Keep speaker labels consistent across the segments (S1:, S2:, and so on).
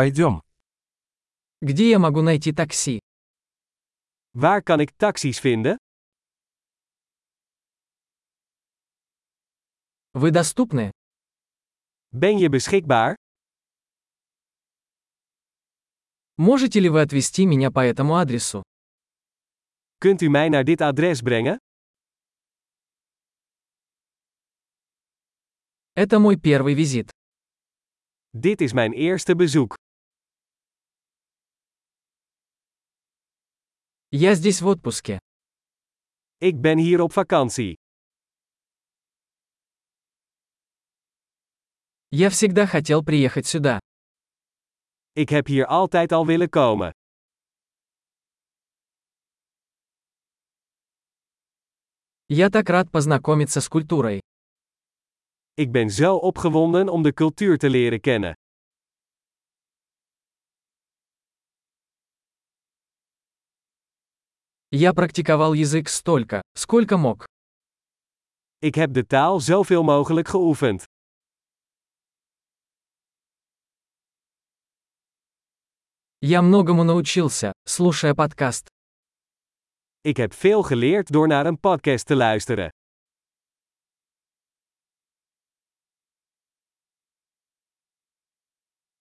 S1: Пойдем.
S2: Где я могу найти такси?
S3: Waar kan ik taxis vinden?
S2: Вы доступны?
S3: Ben je beschikbaar?
S2: Можете ли вы отвезти меня по этому адресу?
S3: Kunt u mij naar dit adres brengen?
S2: Это мой первый визит.
S3: Dit is mijn eerste bezoek.
S2: Я здесь в отпуске.
S3: Ik ben hier op vakantie.
S2: Я всегда хотел приехать сюда.
S3: Ik heb hier altijd al willen komen.
S2: Я так рад познакомиться с культурой.
S3: Ik ben zo opgewonden om de cultuur te leren kennen.
S2: Я практиковал язык столько, сколько мог.
S3: Ik heb de taal zoveel mogelijk geoefend.
S2: Я многому научился, слушая подкаст.
S3: Ik heb veel geleerd door naar een podcast te luisteren.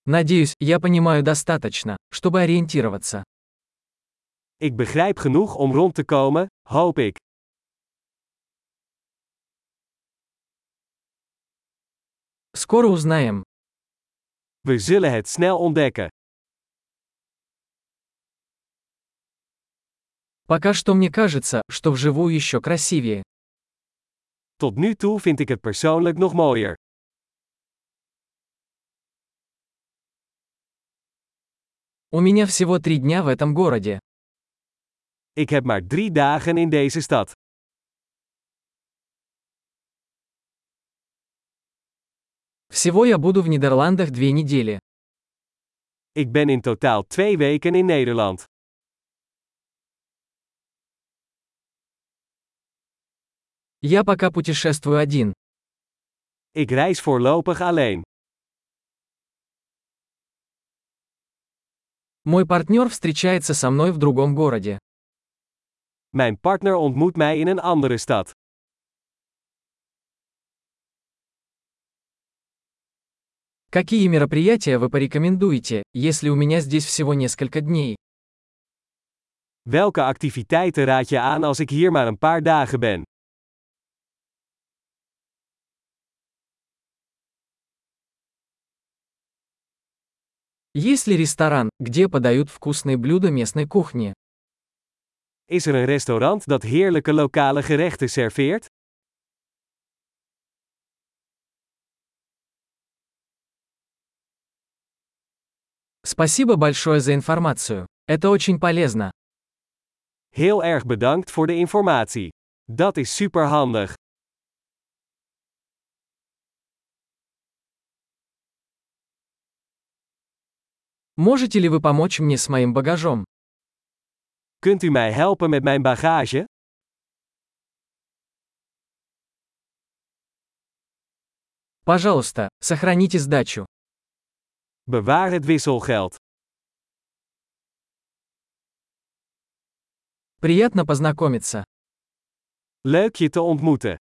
S2: Надеюсь, я понимаю достаточно, чтобы ориентироваться.
S3: Ik begrijp genoeg om rond te komen, hoop ik.
S2: Скоро узнаем.
S3: We zullen het snel ontdekken.
S2: Пока что мне кажется, что вживую еще красивее.
S3: Tot nu toe vind ik het persoonlijk nog mooier.
S2: У меня всего три дня в этом городе.
S3: Ik heb maar drie dagen in deze stad.
S2: Всего я буду в Нидерландах две недели.
S3: Ik ben in totaal twee weken in Nederland.
S2: Я пока путешествую один.
S3: Ik reis voorlopig alleen.
S2: Мой партнер встречается со мной в другом городе.
S3: Mijn partner ontmoet mij in een andere stad.
S2: Какие мероприятия вы порекомендуете, если у меня здесь всего несколько дней?
S3: Welke activiteiten raad je aan als ik hier maar een paar dagen ben?
S2: Есть ли ресторан, где подают вкусные блюда местной кухни?
S3: Is er een restaurant dat heerlijke lokale gerechten serveert?
S2: Спасибо большое за информацию. Это очень полезно.
S3: Heel erg bedankt voor de informatie. Dat is superhandig.
S2: Можете ли вы помочь мне с моим багажом?
S3: Kunt u mij helpen met mijn bagage?
S2: Пожалуйста, сохраните сдачу.
S3: Bewaar het wisselgeld.
S2: Приятно познакомиться.
S3: Leuk je te ontmoeten.